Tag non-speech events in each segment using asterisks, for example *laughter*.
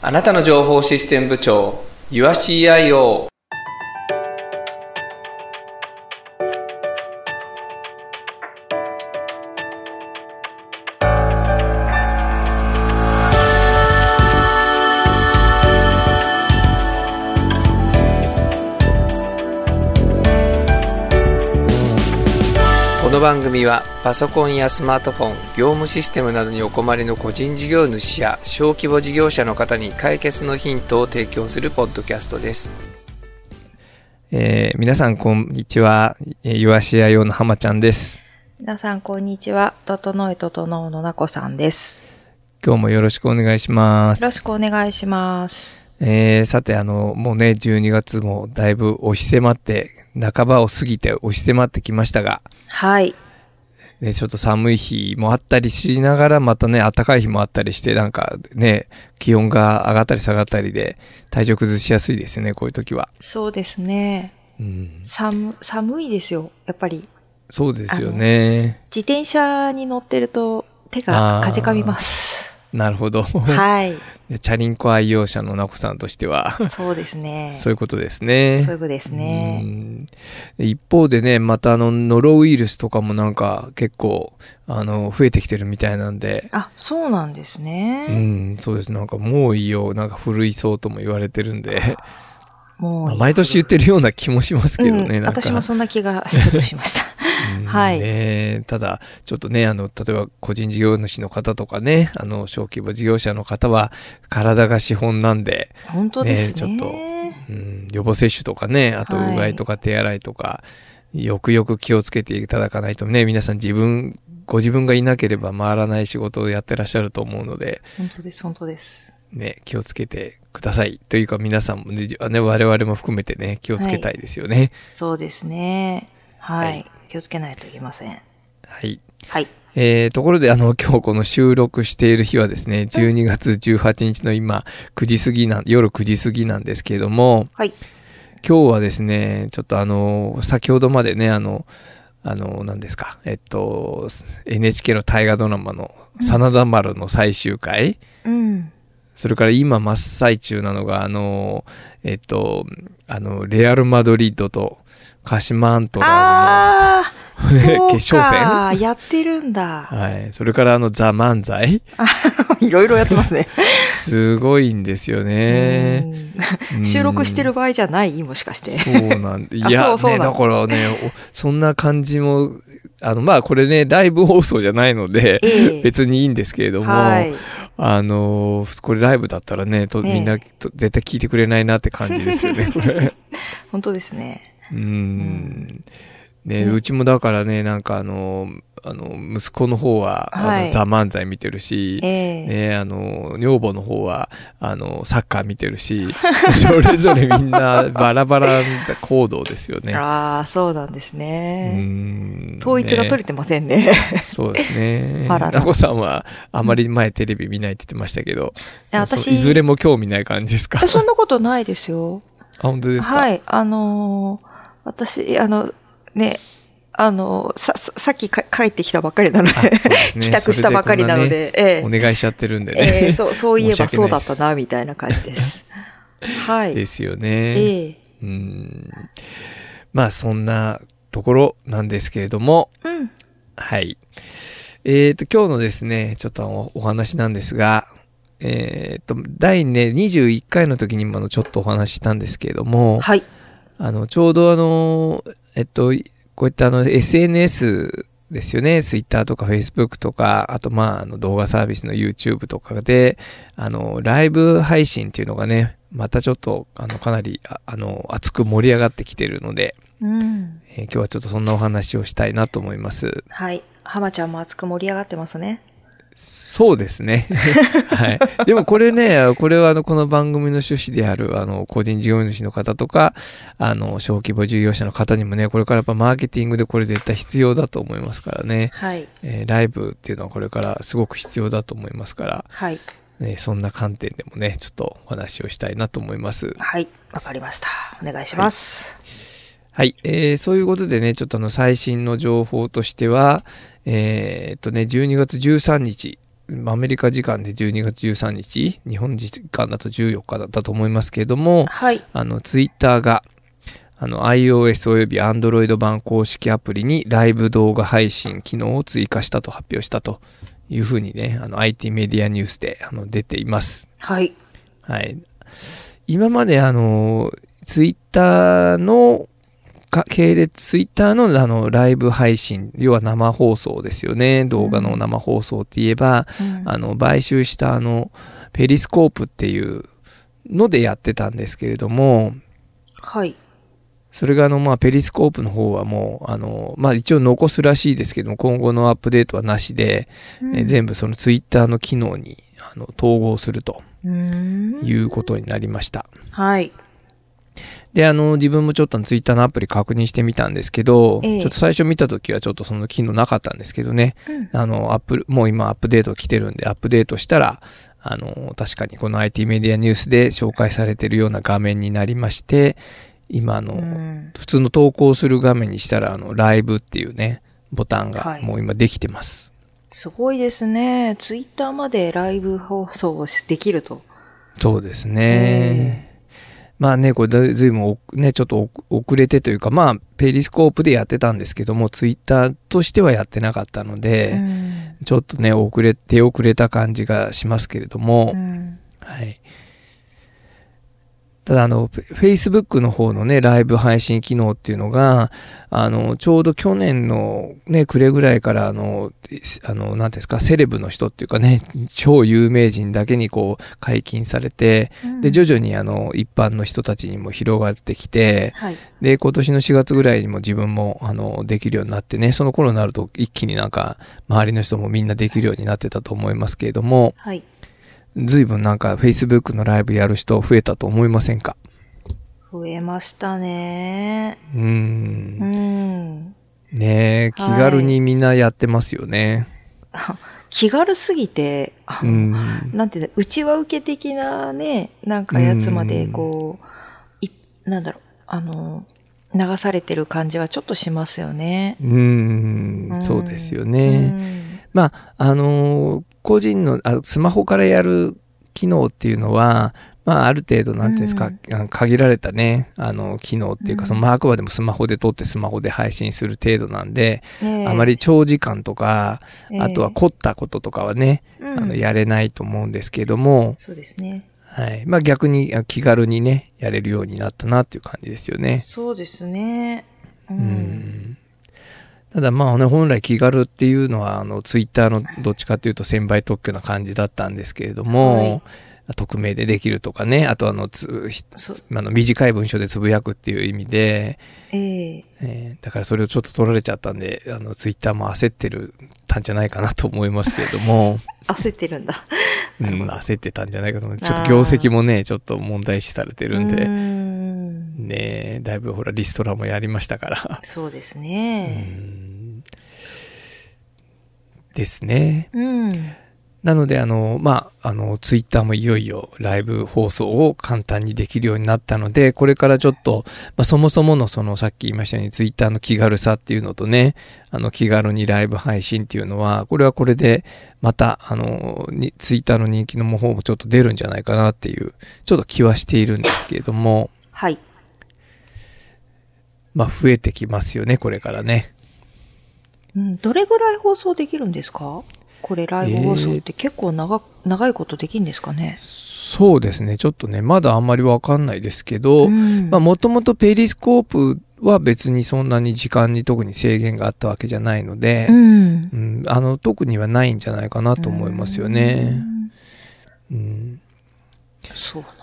あなたの情報システム部長 YourCIO この番組はパソコンやスマートフォン業務システムなどにお困りの個人事業主や小規模事業者の方に解決のヒントを提供するポッドキャストです、えー皆さんこんにちは YourCIO の浜ちゃんです皆さん、こんにちは。整え整うのなこさんです。今日もよろしくお願いしまよろしくお願いします。えーさて、あの、もうね、12月もだいぶ押し迫って、半ばを過ぎて押し迫ってきましたが、はい。ね、ちょっと寒い日もあったりしながら、またね、暖かい日もあったりして、なんかね、気温が上がったり下がったりで、体調崩しやすいですよね、こういう時は。そうですね。うん。寒、寒いですよ。やっぱり。そうですよね。自転車に乗ってると手がかじかみます。 *laughs* なるほど。 *laughs* はい。チャリンコ愛用者のなこさんとしては、そうですね。そういうことですね。そういうことですうね。ん一方でね、またあの、ノロウイルスとかもなんか結構、あの、増えてきてるみたいなんで、あ、そうなんですうね。ん、そうです。なんかもういいよ、なんか古いそうとも言われてるんで、もまあう。毎年言ってるような気もしますけどね、うん、なんか。私もそんな気が *laughs* ちょっとし *laughs* ました。うんはいねただ、ちょっとね、あの、例えば個人事業主の方とかね、あの、小規模事業者の方は、体が資本なんで、本当ですねね。えちょっうん、予防接種とかね、あとはいうがいとか手洗いとか、よくよく気をつけていただかないとね、皆さん自分、ご自分がいなければ回らない仕事をやってらっしゃると思うので、本当です、本当です。ね、気をつけてください。というか皆さんもね、じあね我々も含めてね、気をつけたいですよね。そうですね。はい。はい気をつけないといけません。はい。はい。えー、ところであの、今日この収録している日はですね、12月18日の今、9時過ぎなん、夜9時過ぎなんですけれども、はい。今日はですね、ちょっとあの、先ほどまでね、あの、あの、何ですか、えっと、NHK の大河ドラマの、真田丸の最終回、うん。それから今真っ最中なのが、あの、えっと、あの、レアル・マドリッドと鹿島アントラ *laughs* ああ、ーズそうのか決勝やってるんだ。 *laughs* 戦はい。それからあの、ザ・漫才いろいろやってますね。すごいんですよね。ううんん収録してる場合じゃないもしかして。そうなんで、い *laughs* あそや、うそうね、なだのからね、おそんな感じも、あの、まあ、これね、ライブ放送じゃないので、 *laughs* ええ別にいいんですけれども、はい。あのーこれライブだったらね、とええみんなと絶対聞いてくれないなって感じですよ *laughs* ね、これ。本当ですね。うーん。ね、ねうちもだからね、なんかあのーあの、息子の方は、はあのいザ・漫才見てるし、ええね、あの、女房の方は、あの、サッカー見てるし、 *laughs* それぞれみんなバラバラな行動ですよね。ああ、そうなんですうね。ん統一が取れねてませんね。そうです *laughs* ね。あららなこさんは、あまり前テレビ見ないって言ってましたけど、いやそう私いずれも興味ない感じですか *laughs* そんなことないですよ。 *laughs* あ、本当ですか。はいい。あのー私、あの、ね、あのーさ、ささっきか帰ってきたばっかりなのあで、そうですね *laughs* 帰宅したばっかりなのそれで、えお願いしちゃってるんでね。えーそう、そういえば申しそう訳なだいでったすな、みたいな感 *laughs* じです。はい。ですよね。ええうん。まあ、そんなところなんですけれども、うん。はい。えっ、と、今日のですね、ちょっとおお話なんですが、えっ、と、第ね、21回の時にもあのちょっとお話ししたんですけれども、はい。あの、ちょうどあの、えっと、いこういったあの、SNS ですよね、Twitter とか Facebook とか、あとまあ、あの動画サービスの YouTube とかで、あの、ライブ配信っていうのがね、またちょっと、あの、かなり、ああの、熱く盛り上がってきてるので、うん。えー今日はちょっとそんなお話をしたいなと思います。はい。浜ちゃんも熱く盛り上がってますね。そうですね。はい。でもこれね、これはあの、この番組の趣旨である、あの、個人事業主の方とか、あの、小規模事業者の方にもね、これからやっぱマーケティングでこれ絶対必要だと思いますからね。はい。えーライブっていうのはこれからすごく必要だと思いますから、はい。ね、そんな観点でもね、ちょっとお話をしたいなと思います。はい。わかりました。お願いします。はい、えーそういうことでね、ちょっとあの最新の情報としては、えーっとね、12月13日まあアメリカ時間で12月13日、日本時間だと14日だったと思いますけれども、はい。あの、ツイッターが、あの、iOS および Android 版公式アプリにライブ動画配信機能を追加したと発表したというふうにね、あの、IT メディアニュースで、あの、出ています。はい。はい。今まであの、ツイッターの、か系列、ツイッターのあの、ライブ配信、要は生放送ですよね。動画の生放送って言えば、うんあの、買収したあの、ペリスコープっていうのでやってたんですけれども、はい。それがあの、まあ、ペリスコープの方はもう、あの、まあ、一応残すらしいですけども、今後のアップデートはなしで、えー全部そのツイッターの機能に、あの、統合するとうんいうことになりました。はい。で、あの、自分もちょっとツイッターのアプリ確認してみたんですけど、ええちょっと最初見た時はちょっとその機能なかったんですけどね、うんあの、アップル、もう今アップデート来てるんで、アップデートしたら、あの、確かにこの IT メディアニュースで紹介されてるような画面になりまして、今あの、うん普通の投稿する画面にしたら、あの、ライブっていうね、ボタンはがいもう今できてます。すごいですね。ツイッターまでライブ放送をできると。そうですね。まあね、これだずいぶんおね、ちょっとお遅れてというか、まあ、ペリスコープでやってたんですけども、ツイッターとしてはやってなかったので、んちょっとね、遅れ、手遅れた感じがしますけれども、うんはい。ただ、あの、フェ Facebook の方のね、ライブ配信機能っていうのが、あの、ちょうど去年のね、暮れぐらいから、あの、あの、なんていうんですか、セレブの人っていうかね、超有名人だけにこう、解禁されて、で、徐々にあの、一般の人たちにも広がってきて、はい。で、今年の4月ぐらいにも自分も、あの、できるようになってね、その頃になると一気になんか、周りの人もみんなできるようになってたと思いますけれども、はい。ずいぶんなんか Facebook のライブやる人増えたと思いませんか増えましたね。うー。うんん。ねえ、気軽にみんなやってますよね。気軽すぎて、あうのん。なんていうの、うちは受け的なね、なんかやつまで、うんこう、い、なんだろう、あの、流されてる感じはちょっとしますよね。うーん、そうですよね。ね。まあ、あのー個人のあ、スマホからやる機能っていうのは、まあ、ある程度、なんていうんですか、うんあの限られたね、あの、機能っていうか、うんその、まあ、あくまでもスマホで撮ってスマホで配信する程度なんで、あまり、り長時間とか、あとは凝ったこととかはね、うん、あの、やれないと思うんですけども、そうですね。はい。まあ逆にあ気軽にね、やれるようになったなっていう感じですよね。そうですね。うう。ん。ただまあね、本来気軽っていうのは、あの、ツイッターのどっちかというと先輩特許な感じだったんですけれども、匿名でできるとかね、あとあの、つひそうあの短い文章でつぶやくっていう意味で、えええーだからそれをちょっと取られちゃったんで、あの、ツイッターも焦ってるたんじゃないかなと思いますけれど *laughs* も、焦ってるんだ。うん、焦ってたんじゃないかと思う。ちょっと業績もね、ちょっと問題視されてるんで、うんねえ、だいぶほら、リストラもやりましたから。そうですうね。んですね。うん。なので、あの、まあ、あの、ツイッターもいよいよライブ放送を簡単にできるようになったので、これからちょっと、まあ、そもそものその、さっき言いましたように、ツイッターの気軽さっていうのとね、あの、気軽にライブ配信っていうのは、これはこれで、また、あの、にツイッターの人気の方もちょっと出るんじゃないかなっていう、ちょっと気はしているんですけれども、はい。まあ、増えてきますよね、これからね。うん、どれぐらい放送できるんですかこれライブ放送って結構長,、長いことできるんですかねそうですね。ちょっとね、まだあんまりわかんないですけど、うんまあもともとペリスコープは別にそんなに時間に特に制限があったわけじゃないのでう、んう、ん、あの、特にはないんじゃないかなと思いますよねう。んうん、そうなんだ。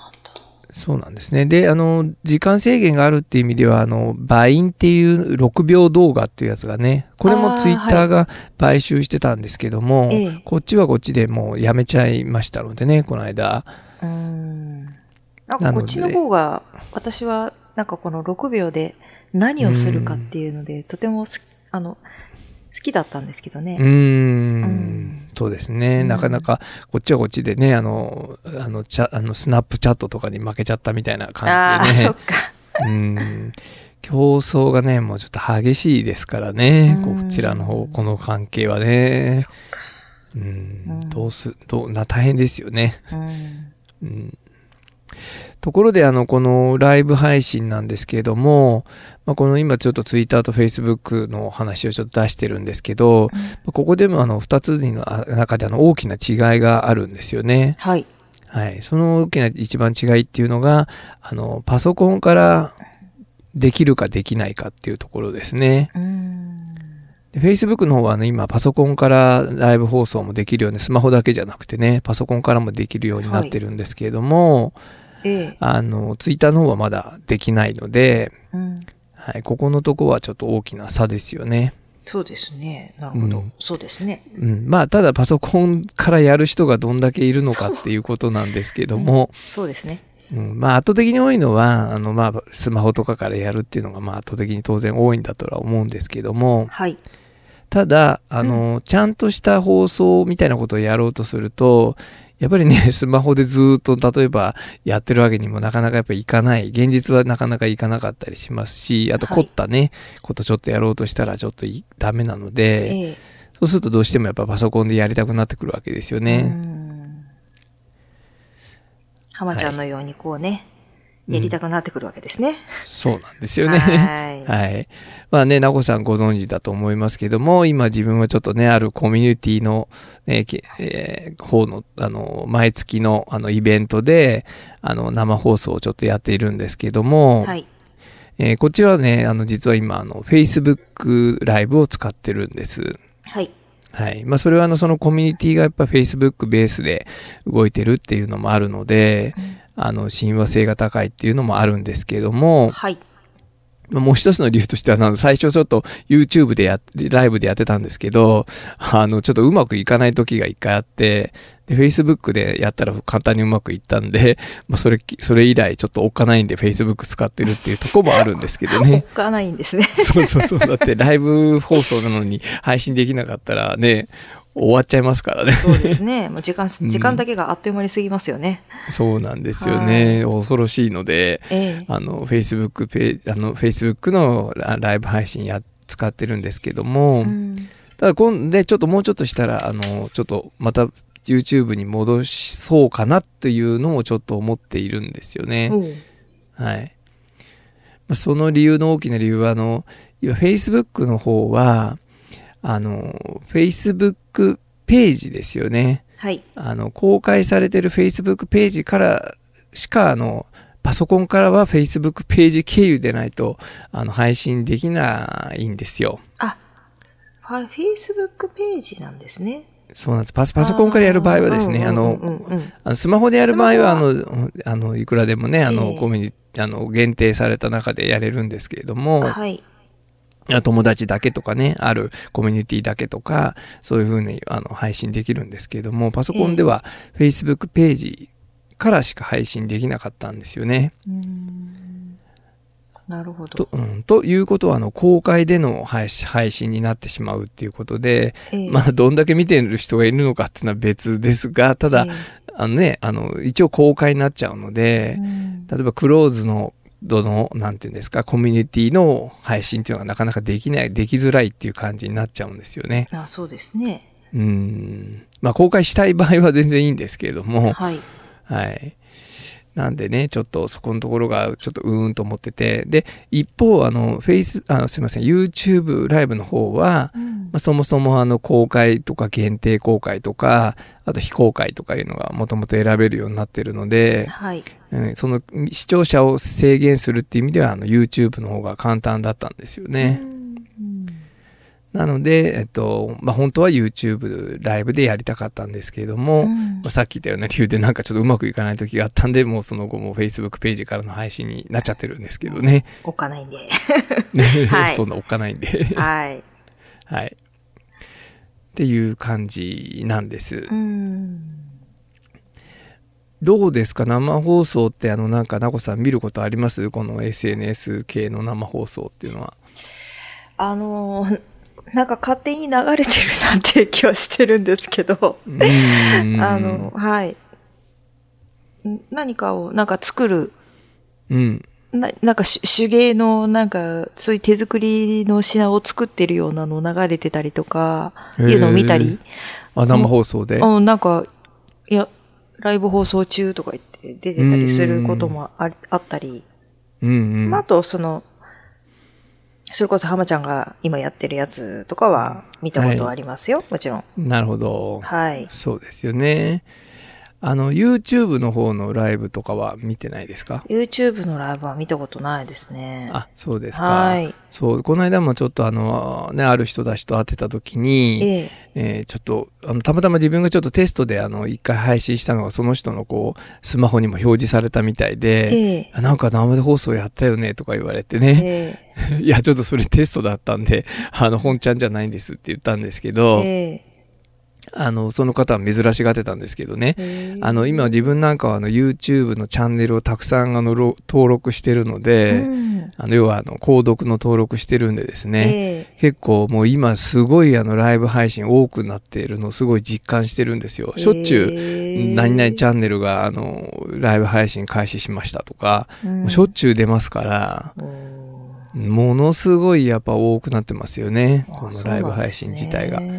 そうなんですね。で、あの、時間制限があるっていう意味では、あの、バインっていう6秒動画っていうやつがね、これもあーツイッターが買収してたんですけども、ええこっちはこっちでもうやめちゃいましたのでね、この間。うん。なんなかのこでっちの方が、私はなんかこの6秒で何をするかっていうので、とてもすあの好きだったんですけどね。うーんうんそうですね。うんなかなか、こっちはこっちでね、あの、あの、チャあのスナップチャットとかに負けちゃったみたいなあ感あ、じでそねっ。か。うーん。競争がね、もうちょっと激しいですからね。うんこちらの方、この関係はね。うん、うんどうす、どうな、大変ですよね。うん。うん。ところで、あの、このライブ配信なんですけれども、まあ、この今ちょっとツイッターとフェイスブックの話をちょっと出してるんですけど、ここでもあの、二つの中であの、大きな違いがあるんですよね。はい。はい。その大きな一番違いっていうのが、あの、パソコンからできるかできないかっていうところですね。うん。で Facebook の方は、ね、今パソコンからライブ放送もできるように、スマホだけじゃなくてね、パソコンからもできるようになってるんですけれども、ええ。あの、Twitter の方はまだできないので、うん。はい、ここのとこはちょっと大きな差ですよね。そうですね。なるほど。うんそうですね。うん。まあ、ただパソコンからやる人がどんだけいるのかっていうことなんですけども、そうですね。うん、まあ圧倒的に多いのは、あのまあスマホとかからやるっていうのがまあ圧倒的に当然多いんだとは思うんですけども、はい。ただ、あの、ちゃんとした放送みたいなことをやろうとすると、やっぱりね、 *laughs* スマホでずーっと例えばやってるわけにもなかなかやっぱいかない。現実はなかなかいかなかったりしますし、あとはい凝ったね、ことちょっとやろうとしたらちょっといダメなので、ええ。そうするとどうしてもやっぱパソコンでやりたくなってくるわけですようね。ん。浜ちゃんのようにこうね、うんやりたくなってくるわけですね。そうなんですよね。ははい。まあね、なこさんご存知だと思いますけども、今自分はちょっとね、あるコミュニティの、ねけえー方の、あの、毎月の、あの、イベントで、あの、生放送をちょっとやっているんですけどい。も、はい。えーこっちはね、あの、実は今、あの、Facebook ライブを使ってるんです。はい。はい。まあ、それはあの、そのコミュニティがやっぱ Facebook ベースで動いてるっていうのもあるので、あの、親和性が高いっていうのもあるんですけども、はい。もう一つの理由としては、なんか最初ちょっと YouTube でやっ、ライブでやってたんですけど、あの、ちょっとうまくいかない時が一回あって、で、Facebook でやったら簡単にうまくいったんで、 *laughs* まあ、それ、それ以来ちょっとおっかないんで Facebook 使ってるっていうとこもあるんですけどおっ *laughs* ね。かないんですね。そうそうそう。だってライブ放送なのに配信できなかったらね、終わっちゃいますからね。そうですね。もう時間、うん時間だけがあっという間に過ぎますよね。 *laughs* そうなんですよね。恐ろしいので、ええ。あの、Facebook ページあの、Facebook のラライブ配信や、使ってるんですけども、うん。ただ今でちょっともうちょっとしたらあのちょっとまた YouTube に戻しそうかなっていうのをちょっと思っているんですよね。うんはい。まあその理由の大きな理由はあのいわ Facebook の方はあの Facebook ページですよね。はい。あの公開されてる Facebook ページからしかあのパソコンからは Facebook ページ経由でないとあの配信できないんですよ。あ、ファフェイスブックページなんですね。そうなんです。パソパソコンからやる場合はですね、ああーの、うんうんうんうんあのスマホでやる場合は、あスマの、うんあの、いくらでもね、あの、ええコミュニあの、限定された中でやれるんですけれども、はい。友達だけとかね、あるコミュニティだけとか、そういうふうに、あの、配信できるんですけれども、パソコンでは、Facebook ページからしか配信できなかったんですよね。うーんなるほどと。、うん、ということは、あの、公開での配信配信になってしまうっていうことで、ええまあ、どんだけ見てる人がいるのかっていうのは別ですが、ただ、えあのね、あの、一応公開になっちゃうのえで、うん例えばクローズの、どの、なんていうんですか、コミュニティの配信っていうのがなかなかできない、できづらいっていう感じになっちゃうんですよね。あ、そうですね。うん。まあ公開したい場合は全然いいんですけれども、はい。はい。なんでね、ちょっとそこのところがちょっとうーんと思ってて、で、一方、あの、フェイス、あすいません、YouTube ライブの方は、うんまあ、そもそもあの公開とか限定公開とか、あと非公開とかいうのがもともと選べるようになってるので、はい。うん、その視聴者を制限するっていう意味ではあの YouTube の方が簡単だったんですよねう。んうんなので、えっと、まあ、本当は YouTube ライブでやりたかったんですけれども、うんまあ、さっき言ったような *laughs* 理由でなんかちょっとうまくいかない時があったんで、もうその後もう Facebook ページからの配信になっちゃってるんですけどね。置かないんで。*laughs* いそんなおっかないんで。はい。はい。っていう感じなんですう。ん。どうですか生放送ってあのなんか、なこさん見ることありますこの SNS 系の生放送っていうのは。あのー、なんか勝手に流れてるなって気はしてるんですけど。うーんあの、はい。ん何かを、なんか作るうん。ななんか手手芸のなんかそういう手作りの品を作ってるようなの流れてたりとかへーいうのを見たり、あ、生放送で。うん、なんかいやライブ放送中とか言って出てたりすることもありあったり、うんうん。まあ、あとそのそれこそ浜ちゃんが今やってるやつとかは見たことはありますよ、もちろんなるほど。はいそうですよね。あの、YouTube の方のライブとかは見てないですか YouTube のライブは見たことないですねあ、そうですか。はいそう、この間もちょっとあの、ね、ある人たちと会ってた時に、えええーちょっと、あの、たまたま自分がちょっとテストであの、一回配信したのが、その人のこう、スマホにも表示されたみたいで、ええあなんか生放送やったよね、とか言われてね。え *laughs* えいや、ちょっとそれテストだったんで、 *laughs* あの、本ちゃんじゃないんですって言ったんですけど、えあの、その方は珍しがってたんですけどね。えあの、今自分なんかはあの、YouTube のチャンネルをたくさんあの、ろ登録してるので、うんあの、要はあの、購読の登録してるんでですね、ええ結構もう今すごいあの、ライブ配信多くなっているのをすごい実感してるんですよ。しょっちゅう、う何々チャンネルがあの、ライブ配信開始しましたとか、ゃんもうしょっちゅう出ますから、うんものすごいやっぱ多くなってますよね。あこのそうラなイんですねブ配信自体が。そ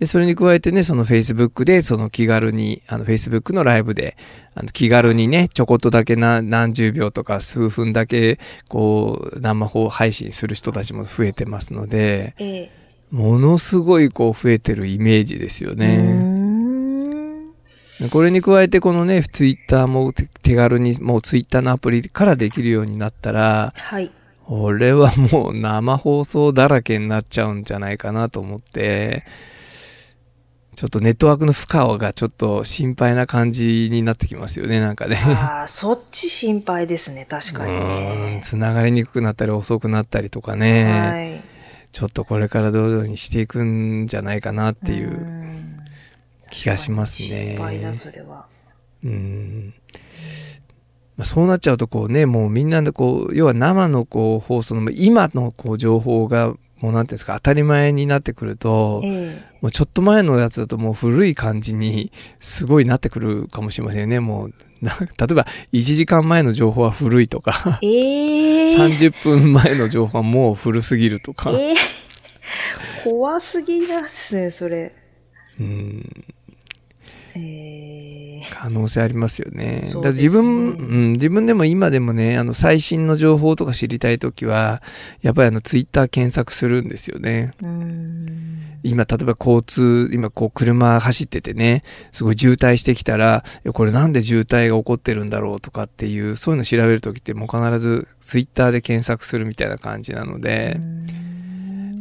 でそれに加えてね、その Facebook で、その気軽に、あの Facebook のライブで、あの気軽にね、ちょこっとだけな何十秒とか数分だけ、こう、生放配信する人たちも増えてますので、ええものすごいこう増えてるイメージですようーね。んこれに加えてこのね、Twitter も手手軽に、もう Twitter のアプリからできるようになったら、 *laughs* はい。俺はもう生放送だらけになっちゃうんじゃないかなと思って、ちょっとネットワークの負荷がちょっと心配な感じになってきますよね、なんかね。ああ、そっち心配ですね、確かにうん、ね。つながりにくくなったり遅くなったりとかね、はちょっとこれからどうにしていくんじゃないかなっい。ていううん気がしますね。心配だ、それは。うんまあそうなっちゃうとこうねもうみんなでこう要は生のこう放送の今のこう情報がもうなんていうんですか当たり前になってくるとええもうちょっと前のやつだともう古い感じにすごいなってくるかもしれませんよねもうな例えば1時間前の情報は古いとかええ30分前の情報はもう古すぎるとか、ええ *laughs* 怖すぎなんですね、それ。うん、ええ可能性ありますよね。だそうですねから自分、うん、自分でも今でもね、あの、最新の情報とか知りたいときは、やっぱりあの、ツイッター検索するんですよね。うーん。今、例えば交通、今こう、車走っててね、すごい渋滞してきたら、いやこれなんで渋滞が起こってるんだろうとかっていう、そういうの調べるときってもう必ずツイッターで検索するみたいな感じなので、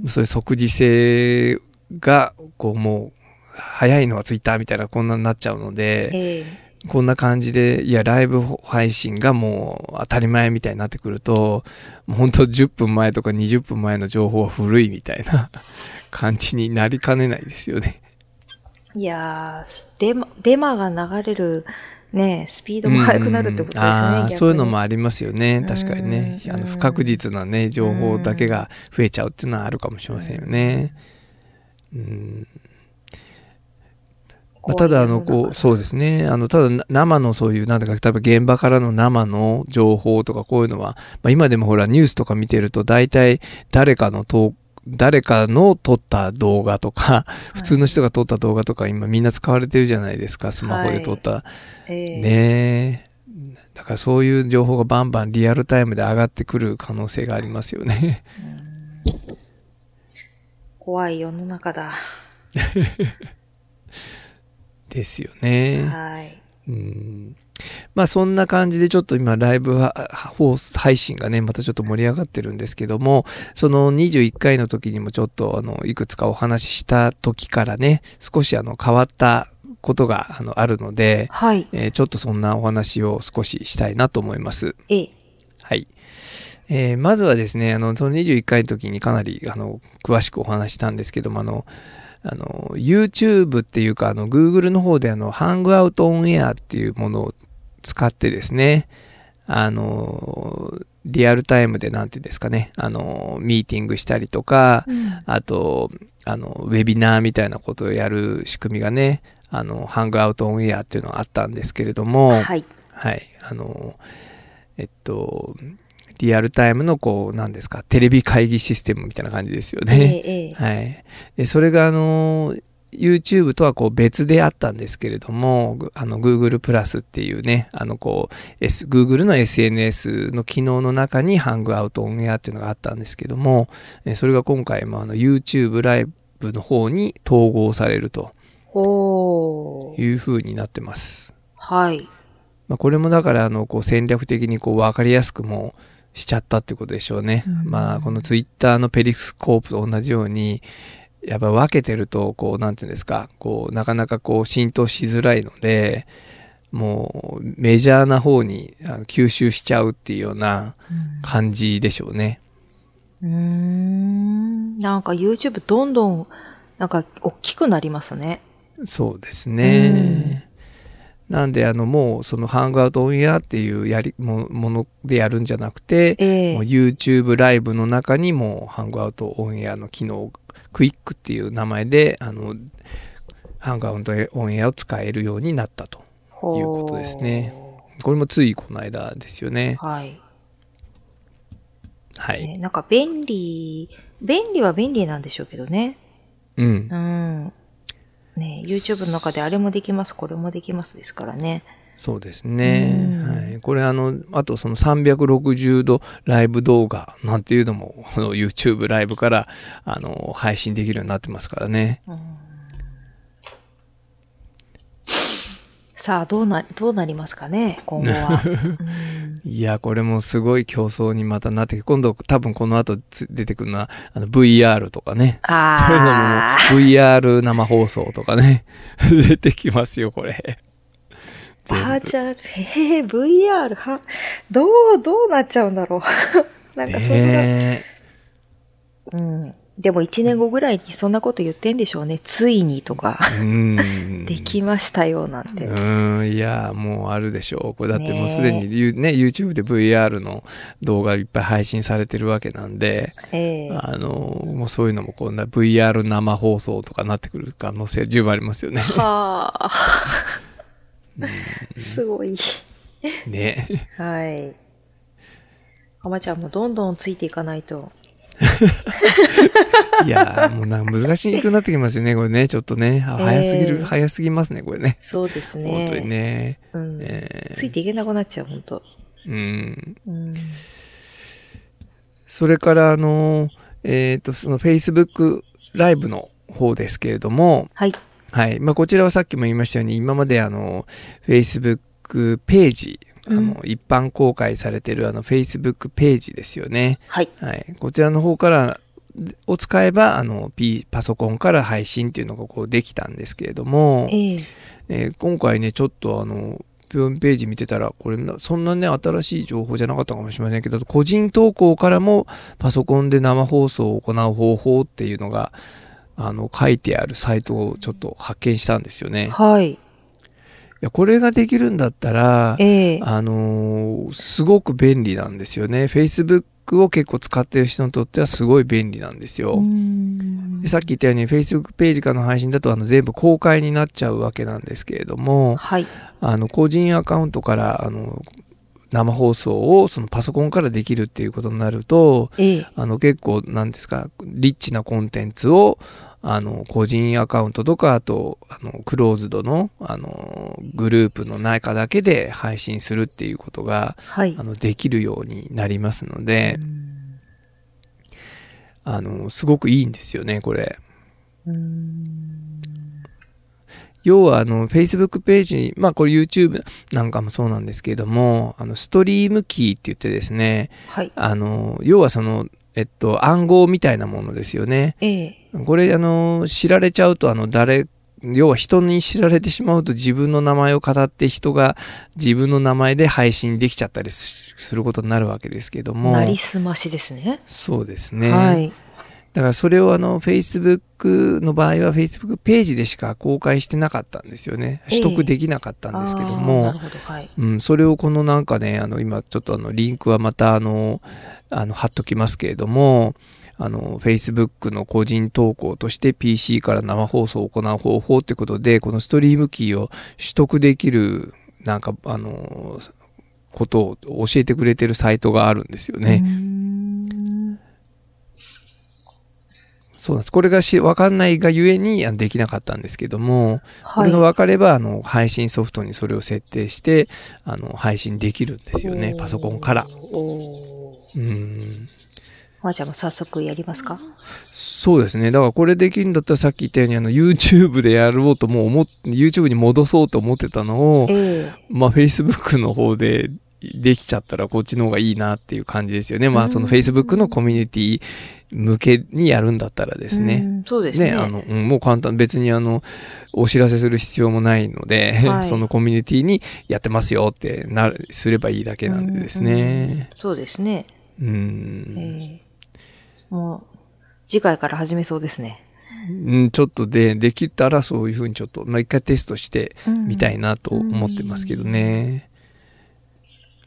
そういう即時性が、こう、もう、早いのはツイッターみたいなこんなになっちゃうので、ええこんな感じで、いや、ライブ配信がもう当たり前みたいになってくると、もう本当10分前とか20分前の情報は古いみたいな *laughs* 感じになりかねないですよね。いやーデマ、デマが流れる、ね、スピードも速くなるってことですうね、んあー逆にそういうのもありますよね。確かにね。うんあの不確実なね、情報だけが増えちゃうっていうのはあるかもしれませんよね。うんまあ、ただあのこうそうですねあのただな生のそういうなんだか例えば現場からの生の情報とかこういうのは、まあ、今でもほらニュースとか見てると大体誰かの投誰かの撮った動画とか、普通の人が撮った動画とか今みんな使われてるじゃないですか、スマホで撮った。う、ええねえだからそういう情報がバンバンリアルタイムで上がってくる可能性がありますよね。怖い世の中だ。ですよね。はい。うんまあそんな感じでちょっと今ライブはは放送配信がねまたちょっと盛り上がってるんですけどもその21回の時にもちょっとあのいくつかお話しした時からね少しあの変わったことがあのあるので、はい。えーちょっとそんなお話を少ししたいなと思います。ええ。はい。えーまずはですね、あの、その21回の時にかなり、あの、詳しくお話ししたんですけども、あの、あの、YouTube っていうか、あの、Google の方で、あの、Hangout on Air っていうものを使ってですね、あの、リアルタイムで、なんていうんですかね、あの、ミーティングしたりとか、あと、あの、ウェビナーみたいなことをやる仕組みがね、あの、Hangout on Air っていうのがあったんですけれども、はい。はい。あの、えっと、リアルタイムのこう、なんですか、テレビ会議システムみたいな感じですよえね。えええはい。で、それがあの、YouTube とはこう別であったんですけれども、ぐあの Google プラスっていうね、あのこう、S、Google の SNS の機能の中にハングアウトオンエアっていうのがあったんですけども、えそれが今回もあの YouTube ライブの方に統合されるとおーいう風になってます。はい。まあ、これもだからあのこう戦略的にこう分かりやすくもうしちゃったってことでしょうね。うんまあこのツイッターのペリスコープと同じようにやっぱ分けてるとこうなんていうんですかこうなかなかこう浸透しづらいのでもうメジャーな方にあの吸収しちゃうっていうような感じでしょうね。うーん。なんか YouTube どんどん、なんか大きくなりますね。そうですね。なんであのもうそのハングアウトオンエアっていうやりもものでやるんじゃなくて、ええもう YouTube ライブの中にもハングアウトオンエアの機能クイックっていう名前であのハングアウトオンエアを使えるようになったとほいうことですね。これもついこの間ですよねはい。はいねなんか便利、便利は便利なんでしょうけどね。うんうん。ね YouTube の中であれもできます、これもできますですからね。そうですねうんはいこれあのあとその360度ライブ動画なんていうのもこの YouTube ライブからあの配信できるようになってますからねうんさあ、どうな、どうなりますかね、今 *laughs* 後は。うんいや、これもすごい競争にまたなってきて、今度多分この後つ出てくるのは、あの VR とかね。そういうのもああ、 VR 生放送とかね。 *laughs* 出てきますよ、これ。バ全部ーチャル、へえ、VR、は、どう、どうなっちゃうんだ *laughs* ろう。なんかそんな、ねうん。でも1年後ぐらいにそんなこと言ってんでしょうね。ついにとか、えうん。できましたよ、なんて。うん、いや、もうあるでしょう。これだってもうすでねに、ゆね、YouTube で VR の動画いっぱい配信されてるわけなんで、ええあの、もうそういうのもこんな VR 生放送とかなってくる可能性十分あります *laughs* よね。はあ。すごい。ね。はい。ママちゃんもどんどんついていかないと。 *laughs* いやーもうなんか難しくなってきますよね、これね、ちょっとね。あえー早すぎる、早すぎますね、これね。そうですね。本当にね。うんえついていけなくなっちゃう、本当。ーうん。うん。それから、あのー、えっ、と、その Facebook ライブの方ですけれども、はい。はい。まあ、こちらはさっきも言いましたように、今まであの、Facebook ページ、あの、一般公開されてるあの、Facebook ページですよね。はい。はい、こちらの方からを使えばあの、P、パソコンから配信っていうのがこうできたんですけれども、えええー今回ねちょっとあのホームページ見てたらこれなそんなね新しい情報じゃなかったかもしれませんけど個人投稿からもパソコンで生放送を行う方法っていうのがあの書いてあるサイトをちょっと発見したんですよね。いはい。やこれができるんだったら、ええあのーすごく便利なんですよね。Facebook を結構使ってる人にとってはすごい便利なんですよ。うんでさっき言ったように Facebook ページからの配信だとあの全部公開になっちゃうわけなんですけれども、はい。あの個人アカウントからあの生放送をそのパソコンからできるっていうことになると、ええあの結構なんですか、リッチなコンテンツをあの個人アカウントとか、あとあのクローズドのあのグループの中だけで配信するっていうことがはいあ。のできるようになりますので、あのすごくいいんですよね、これ。うん。要はあの Facebook ページに、まあこれ YouTube なんかもそうなんですけれども、あのストリームキーって言ってですね、はい。あの、要はその、えっと、暗号みたいなものですよね。ええこれ、あの、知られちゃうと、あの、誰、要は人に知られてしまうと自分の名前を語って人が自分の名前で配信できちゃったりすすることになるわけですけども。なりすましですね。そうですね。はい。だからそれをあの Facebook の場合は Facebook ページでしか公開してなかったんですよね。ええ取得できなかったんですけども、あーなるほど。はい。うん、それをこのなんかね、あの今ちょっとあのリンクはまたあの、あの貼っときますけれども、あの Facebook の個人投稿として PC から生放送を行う方法ってことで、このストリームキーを取得できるなんかあの、ことを教えてくれてるサイトがあるんですよね。うーんそうなんです。これがし分かんないがゆえにあのできなかったんですけども、こはれいが。分かればあの配信ソフトにそれを設定してあの配信できるんですよね、パソコンから。おーうんまーちゃんも早速やりますかそうですね。だからこれできるんだったらさっき言ったようにあの YouTube でやろうともう思っ YouTube に戻そうと思ってたのを、ええ。まあ Facebook の方でできちゃったらこっちの方がいいなっていう感じですよね。まあそのうん Facebook のコミュニティ向けにやるんだったらですね。うん。そうですね、ね。あの、うんもう簡単、別にあの、お知らせする必要もないので、はいそのコミュニティにやってますよってなる、すればいいだけなんでですね。そうですね。うん。ええ。もう、次回から始めそうですね。うんちょっとで、できたらそういうふうにちょっと、まあ、一回テストしてみたいなと思ってますけどね。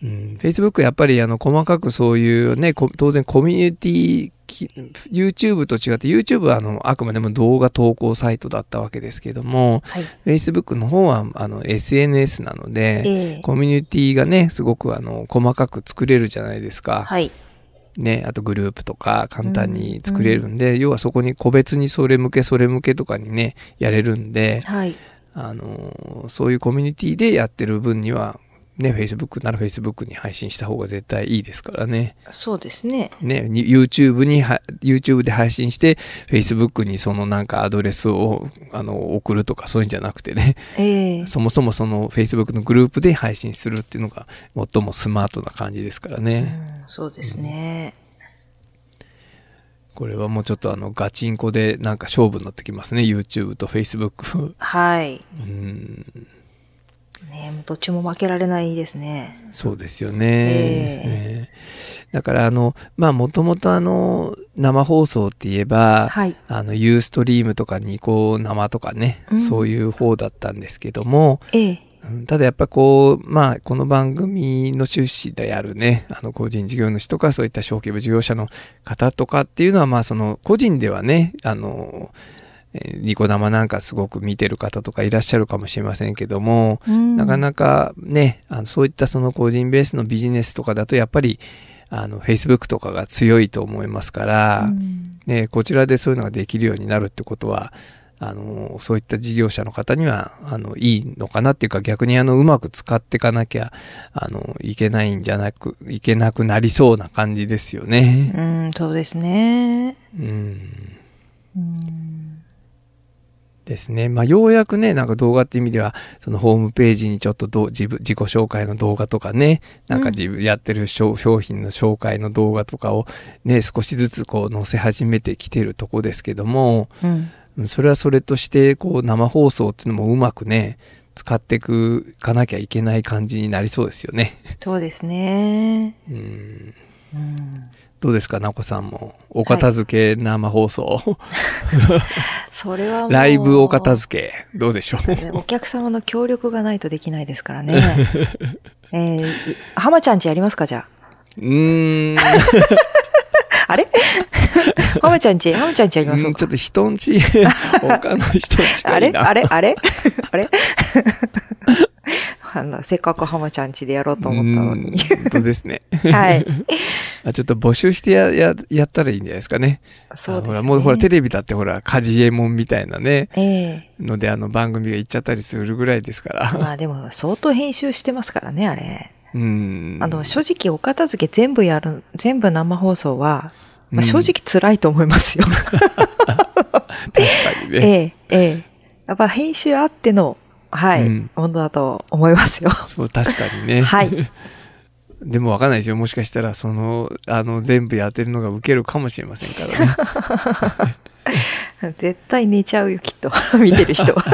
うん、Facebook やっぱりあの細かくそういうね、こ当然コミュニティき、YouTube と違って YouTube はあのあくまでも動画投稿サイトだったわけですけども、はい。 Facebook の方はあの SNS なので、ええ。コミュニティがね、すごくあの細かく作れるじゃないですか。はい。ね、あとグループとか簡単に作れるんで、要はそこに個別にそれ向けそれ向けとかにね、やれるんで、はい。あのーそういうコミュニティでやってる分には、ね、Facebook なら Facebook に配信した方が絶対いいですからね。そうですね。ね、に YouTube には、YouTube で配信して、Facebook にそのなんかアドレスを、あの、送るとかそういうんじゃなくてね、ええ。そもそもその Facebook のグループで配信するっていうのが最もスマートな感じですからね。うんそうですね。これはもうちょっとあのガチンコでなんか勝負になってきますね。YouTube と *laughs* Facebook。はい。うん、ねもうどっちも負けられないですね。そうですよね。えねだからあの、まあもともとあの生放送って言えば、はい。あの、ユーストリームとかニコ生とかね、うんそういう方だったんですけども、ええ。うんただやっぱこう、まあ、この番組の趣旨であるね、あの、個人事業主とか、そういった小規模事業者の方とかっていうのは、まあ、その、個人ではね、あの、えーニコ生なんかすごく見てる方とかいらっしゃるかもしれませんけども、ななかなかね、あのそういったその個人ベースのビジネスとかだと、やっぱり、あの、Facebook とかが強いと思いますから、ね、こちらでそういうのができるようになるってことは、あの、そういった事業者の方には、あの、いいのかなっていうか、逆にあの、うまく使っていかなきゃ、あの、いけないんじゃなく、いけなくなりそうな感じですよね。うん、うんそうですね。うん。うんですね。まあ、ようやくね、なんか動画っていう意味では、そのホームページにちょっとどう自分、自己紹介の動画とかね、なんか自分やってる商商品の紹介の動画とかをね、少しずつこう載せ始めてきてるとこですけども、うんうんそれはそれとしてこう生放送っていうのもうまくね使っていくかなきゃいけない感じになりそうですよね。そうですね。うんうんどうですか、なこさんも。お片付け生放送。それはも *laughs* うライブお片付け。どうでしょう。お客様の協力がないとできないですか *laughs* らね。えー、い浜ちゃんちやりますかじゃうーん。あ。 *laughs* あれ浜ちゃんち、浜ちゃんちやりましょう *laughs* うんかちょっと人んち、他の人んちあがいいれな。あれあれ *laughs* あれあのせっかく浜ちゃんちでやろうと思ったのに。うん本当ですね。はい。 *laughs* あちょっと募集してや、や、やったらいいんじゃないですかね。そうであす、ね。ほら、もうほら、テレビだってほら、カジエモンみたいなね、ええので、あの、番組が行っちゃったりするぐらいですから。まあでも相当編集してますからね、あれ。うん。あの、正直お片付け全部やる、全部生放送は、うまんあ、正直辛いと思いま *laughs* すよ。確かに *laughs* えね。え、ええ。やっぱ編集あっての、はい、うんものだと思いますよ。 *laughs* そう、確かにね。はい。 *laughs* でもわかんないですよ。もしかしたら、その、あの、全部やってるのがウケるかもしれませんから *laughs* ね。絶対寝ちゃうよ、きっと。 *laughs* 見てる人は。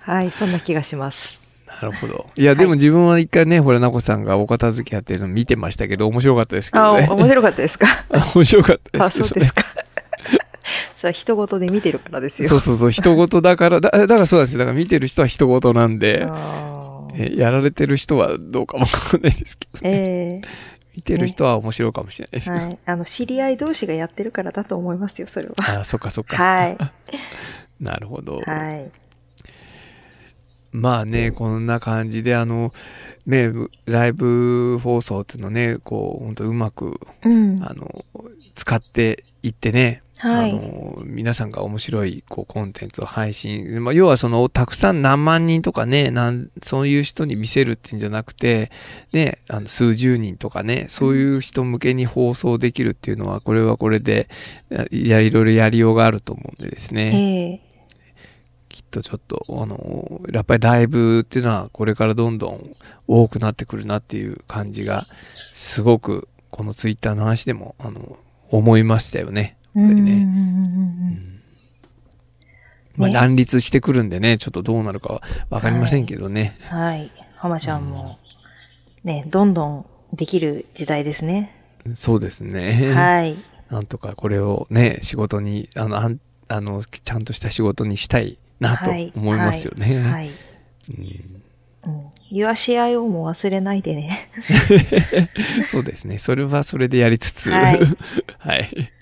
はい、そんな気がします。なるほど。いや、でも自分は一回ね、ほら、なこさんがお片付けやってるの見てましたけど、面白かったですけあ、どおね。面白かったですか *laughs* 面白かったあ、ですけそうどですね。か。 *laughs* それは人事で見てるからですよ。そうそうそう、人事だから、だだからそうなんですよ。だから見てる人は人事なんで、あーえやられてる人はどうかわかんないですけど、ね、え見てる人は面白いかもしれないでえす。はい。あの、知り合い同士がやってるからだと思いますよ、*laughs* それは。あ、そっかそっか。はい。なるほど。はい。まあね、こんな感じで、あの、ね、ライブ放送っていうのね、こう、本当うまく、うん。あの、使っていってね、はあい。の、皆さんが面白い、こう、コンテンツを配信、まあ、要はその、たくさん何万人とかね、なん、そういう人に見せるっていうんじゃなくて、ね、あの、数十人とかね、そういう人向けに放送できるっていうのは、これはこれで、いや、いろいろやりようがあると思うんでですね。ええきっとちょっと、あの、やっぱりライブっていうのはこれからどんどん多くなってくるなっていう感じが、すごくこのツイッターの話でも、あの、思いましたよね。うんうんうんねうんうん。まあ、ね乱立してくるんでね、ちょっとどうなるかはわかりませんけどね。はい。浜ちゃんも、ね、どんどんできる時代ですね。そうですね。はい。なんとかこれをね、仕事に、あの、あんあのちゃんとした仕事にしたいなとはい思いますよね。はい。うんうん。You are CIO も忘れないでね。 *laughs* そうですね。それはそれでやりつつ、はい *laughs* はい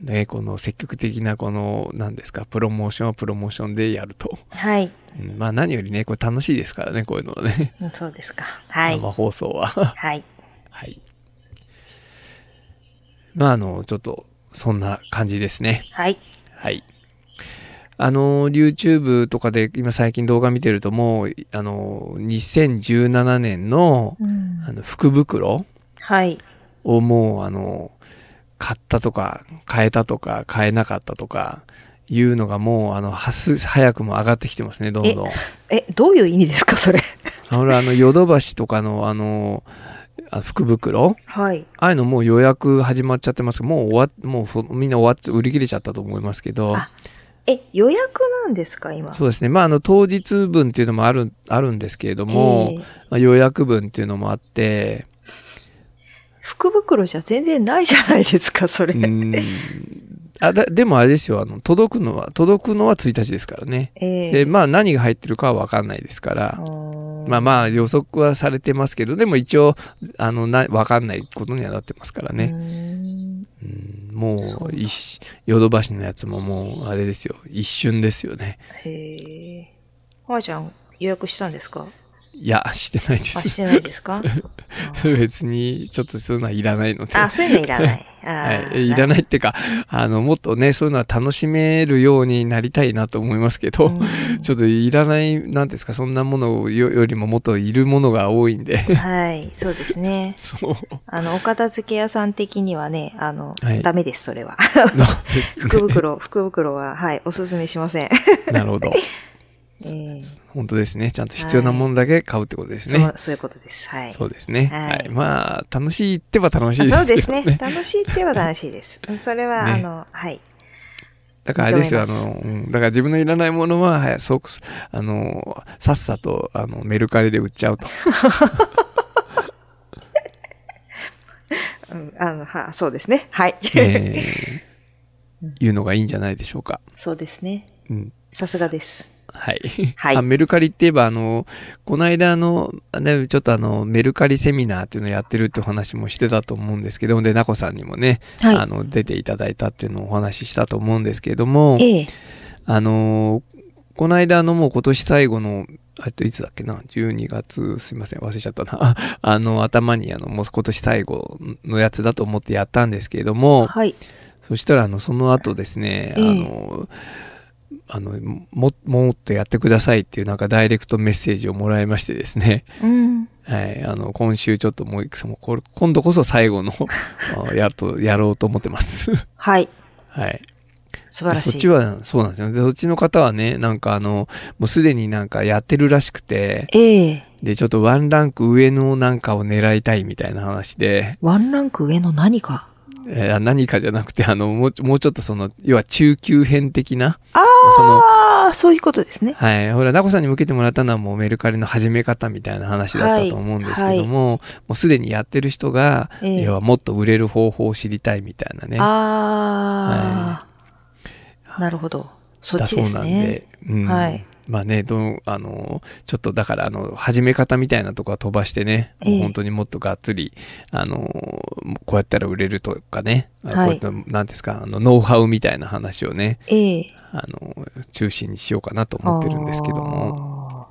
ね、この積極的なこの、何ですか、プロモーションはプロモーションでやると。はい。うんまあ何よりね、これ楽しいですからね、こういうのはね。うんそうですか。はい。生放送は。 *laughs* はい。はい。まああの、ちょっと、そんな感じですね。はい。はい。あの、YouTube とかで今最近動画見てるともう、あの、2017年の、うんあの、福袋はい。をもうあの買ったとか買えたとか買えなかったとかいうのがもうあのはす早くも上がってきてますねどんどん。え、どういう意味ですか、それ。 *laughs* ほらあのヨドバシとかのあのあ福袋はい。ああいうのもう予約始まっちゃってますもう終わもうそみんな終わっち売り切れちゃったと思いますけどあえ、予約なんですか、今。そうですねまああの当日分っていうのもあるあるんですけれども、ええまあ予約分っていうのもあって福袋じゃ全然ないじゃないですか、それ。うーんあだでもあれですよあの届くのは届くのは1日ですからねえでえまあ何が入ってるかは分かんないですから、まあまあ予測はされてますけどでも一応あのな分かんないことにはなってますからあね、ね。うんそもううだ一しヨドバシのやつももうあれですよ一瞬ですよねへえ。はーちゃん、予約したんですかいやしてないであ、しすてないですか *laughs* 別にちょっとそういうのはいらないのであ、そういうのいらない。あはい、いらい。ないっていうかあのもっとねそういうのは楽しめるようになりたいなと思いますけど、うんちょっといらない、なんですか、そんなものよよりももっといるものが多いんで、 *laughs* はい、そうですね。そう。あの、お片付け屋さん的にはね、あの、はいダメです、そ *laughs* れは。のですね福袋、福袋は、はい、おすすめしません。 *laughs* なるほど。ええ本当ですね。ちゃんと必要なものだけ買うってことですね。そう、そういうことです。はい。そうですね、は。はいいまあ、楽しいっては楽しいですよね。そうですね。楽しいっては楽しいです。それは、ねあの、はい。 *laughs* だからあれですよ、あ認めますの、うんだから自分のいらないものは、はい、そう、あの、さっさと、あの、メルカリで売っちゃうと。うん、あの、は、そうですね。はい。えー、いうのがいいんじゃないでしょうか。 *laughs* そうですね。うん。さすがです。はい。はいあメルカリって言えば、あの、この間あの、ね、ちょっとあの、メルカリセミナーっていうのをやってるってお話もしてたと思うんですけど、で、なこさんにもね、はいあの、出ていただいたっていうのをお話ししたと思うんですけれども、ええ。あの、この間あの、もう今年最後の、あといつだっけな、12月、すいません、忘れちゃったな。 *laughs* あの、頭にあの、もう今年最後のやつだと思ってやったんですけれども、はい。そしたら、あの、その後ですね、ええあの、あの、も、もっとやってくださいっていうなんかダイレクトメッセージをもらいましてですね、 *laughs* うん。はい、あの、今週ちょっともういくつも、これ、今度こそ最後の、 *laughs* あやっと、やろうと思ってます。 *laughs* はい。はい。素晴らしい。そっちは、そうなんですよ。でそっちの方はね、なんかあの、もうすでになんかやってるらしくて、ええ。で、ちょっとワンランク上のなんかを狙いたいみたいな話で、ワンランク上の何か。えー何かじゃなくて、あの、もうちょ、もうちょっとその、要は中級編的な、あその、ああ、そういうことですね。はい。ほら、なこさんに向けてもらったのはもうメルカリの始め方みたいな話だったと思うんですけども、もうすでにやってる人が、ええ要はもっと売れる方法を知りたいみたいなね。ああ、なるほど。そっだちそうですなんねで。。うんはいまあね、どの、あの、ちょっとだから、あの、始め方みたいなとこは飛ばしてね、ええもう本当にもっとがっつり、あの、こうやったら売れるとかね、あはいこうやって、なんですか、あの、ノウハウみたいな話をね、ええ。あの、中心にしようかなと思ってるんですけども。も。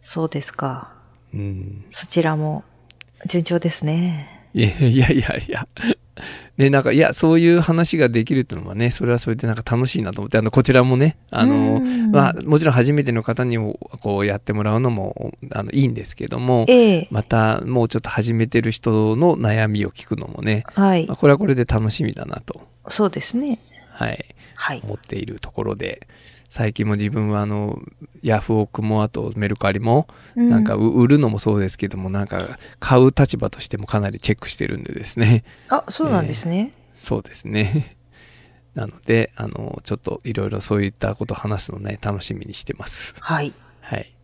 そうですか。うん。そちらも順調ですね。いやいやいやいや。で、なんか、いや、そういう話ができるっていうのはね、それはそれでなんか楽しいなと思って、あの、こちらもね、あの、うんまあ、もちろん初めての方にも、こうやってもらうのも、あの、いいんですけども、ええまた、もうちょっと始めてる人の悩みを聞くのもね、はいまあ、。これはこれで楽しみだなと、そうですね。はい、はい。思っているところで、最近も自分は、あの、ヤフオクも、あとメルカリも、なんか、うう売るのもそうですけども、なんか、買う立場としてもかなりチェックしてるんでですね、あ、そうなんですね。そうですね。 *laughs* なので、あの、ちょっといろいろそういったこと話すのね、楽しみにしてます。はい。はい。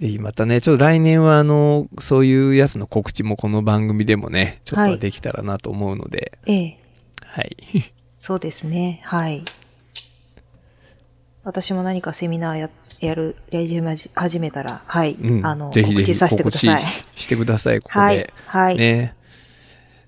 ぜひまたね、ちょっと来年は、あの、そういうやつの告知もこの番組でもね、ちょっとはできたらなと思うので、ええ *laughs* はい。そうですね。はい。私も何かセミナーや、やる、やり始めたら、はい。うんあの、ぜひぜ告ひ知させてください。告知してください、ここで。はい。はい。ね。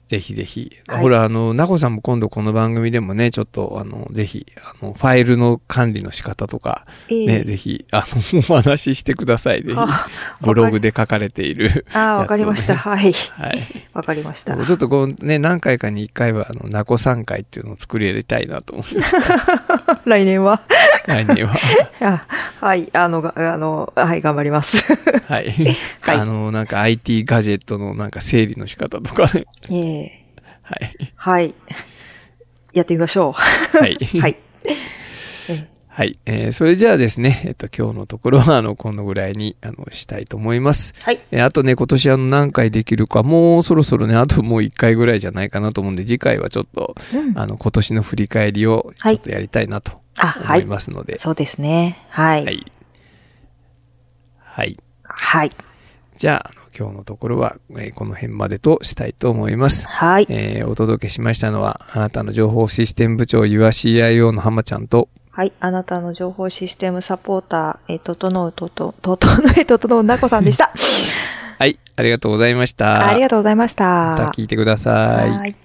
ぜひぜひ。はいほら、あの、なこさんも今度この番組でもね、ちょっと、あの、ぜひ、あの、ファイルの管理の仕方とか、ええね、ぜひ、あの、お話ししてください。ぜひあ、ブログで書かれている。ああ、わかり *laughs* ました。やつをねはい。はい。わかりました。ちょっとこうね、何回かに一回は、あの、なこさん会っていうのを作り入れたいなと思い *laughs* ます。来年は。来年は。あはい。あの、があの、はい、頑張り *laughs* ます。はい。はいあの、なんか IT ガジェットのなんか整理の仕方とかね。ええはい。はい。やってみましょはい。う。 *laughs* はい。ええはい。えーそれじゃあですね、えっと、今日のところは、あの、このぐらいに、あの、したいと *laughs* 思います。はい。えーあとね、今年あの、何回できるか、もうそろそろね、あともう1回ぐらいじゃないかなと思うんで、次回はちょっと、うんあの、今年の振り返りを、ちはょいっとやりたいなとあ思はいいますので。そうですね。は。はいい。はい。はい。じゃあ、あの今日のところは、えーこの辺までとしたいと思います。はい。えーお届けしましたのは、あなたの情報システム部長、ゆわ CIO の浜ちゃんと、はい。あなたの情報システムサポーター、えー、整うとと、整えととのうなこさんでした。 *laughs* はい、ありがとうございました。ありがとうございましまたた。聞いてください。はい。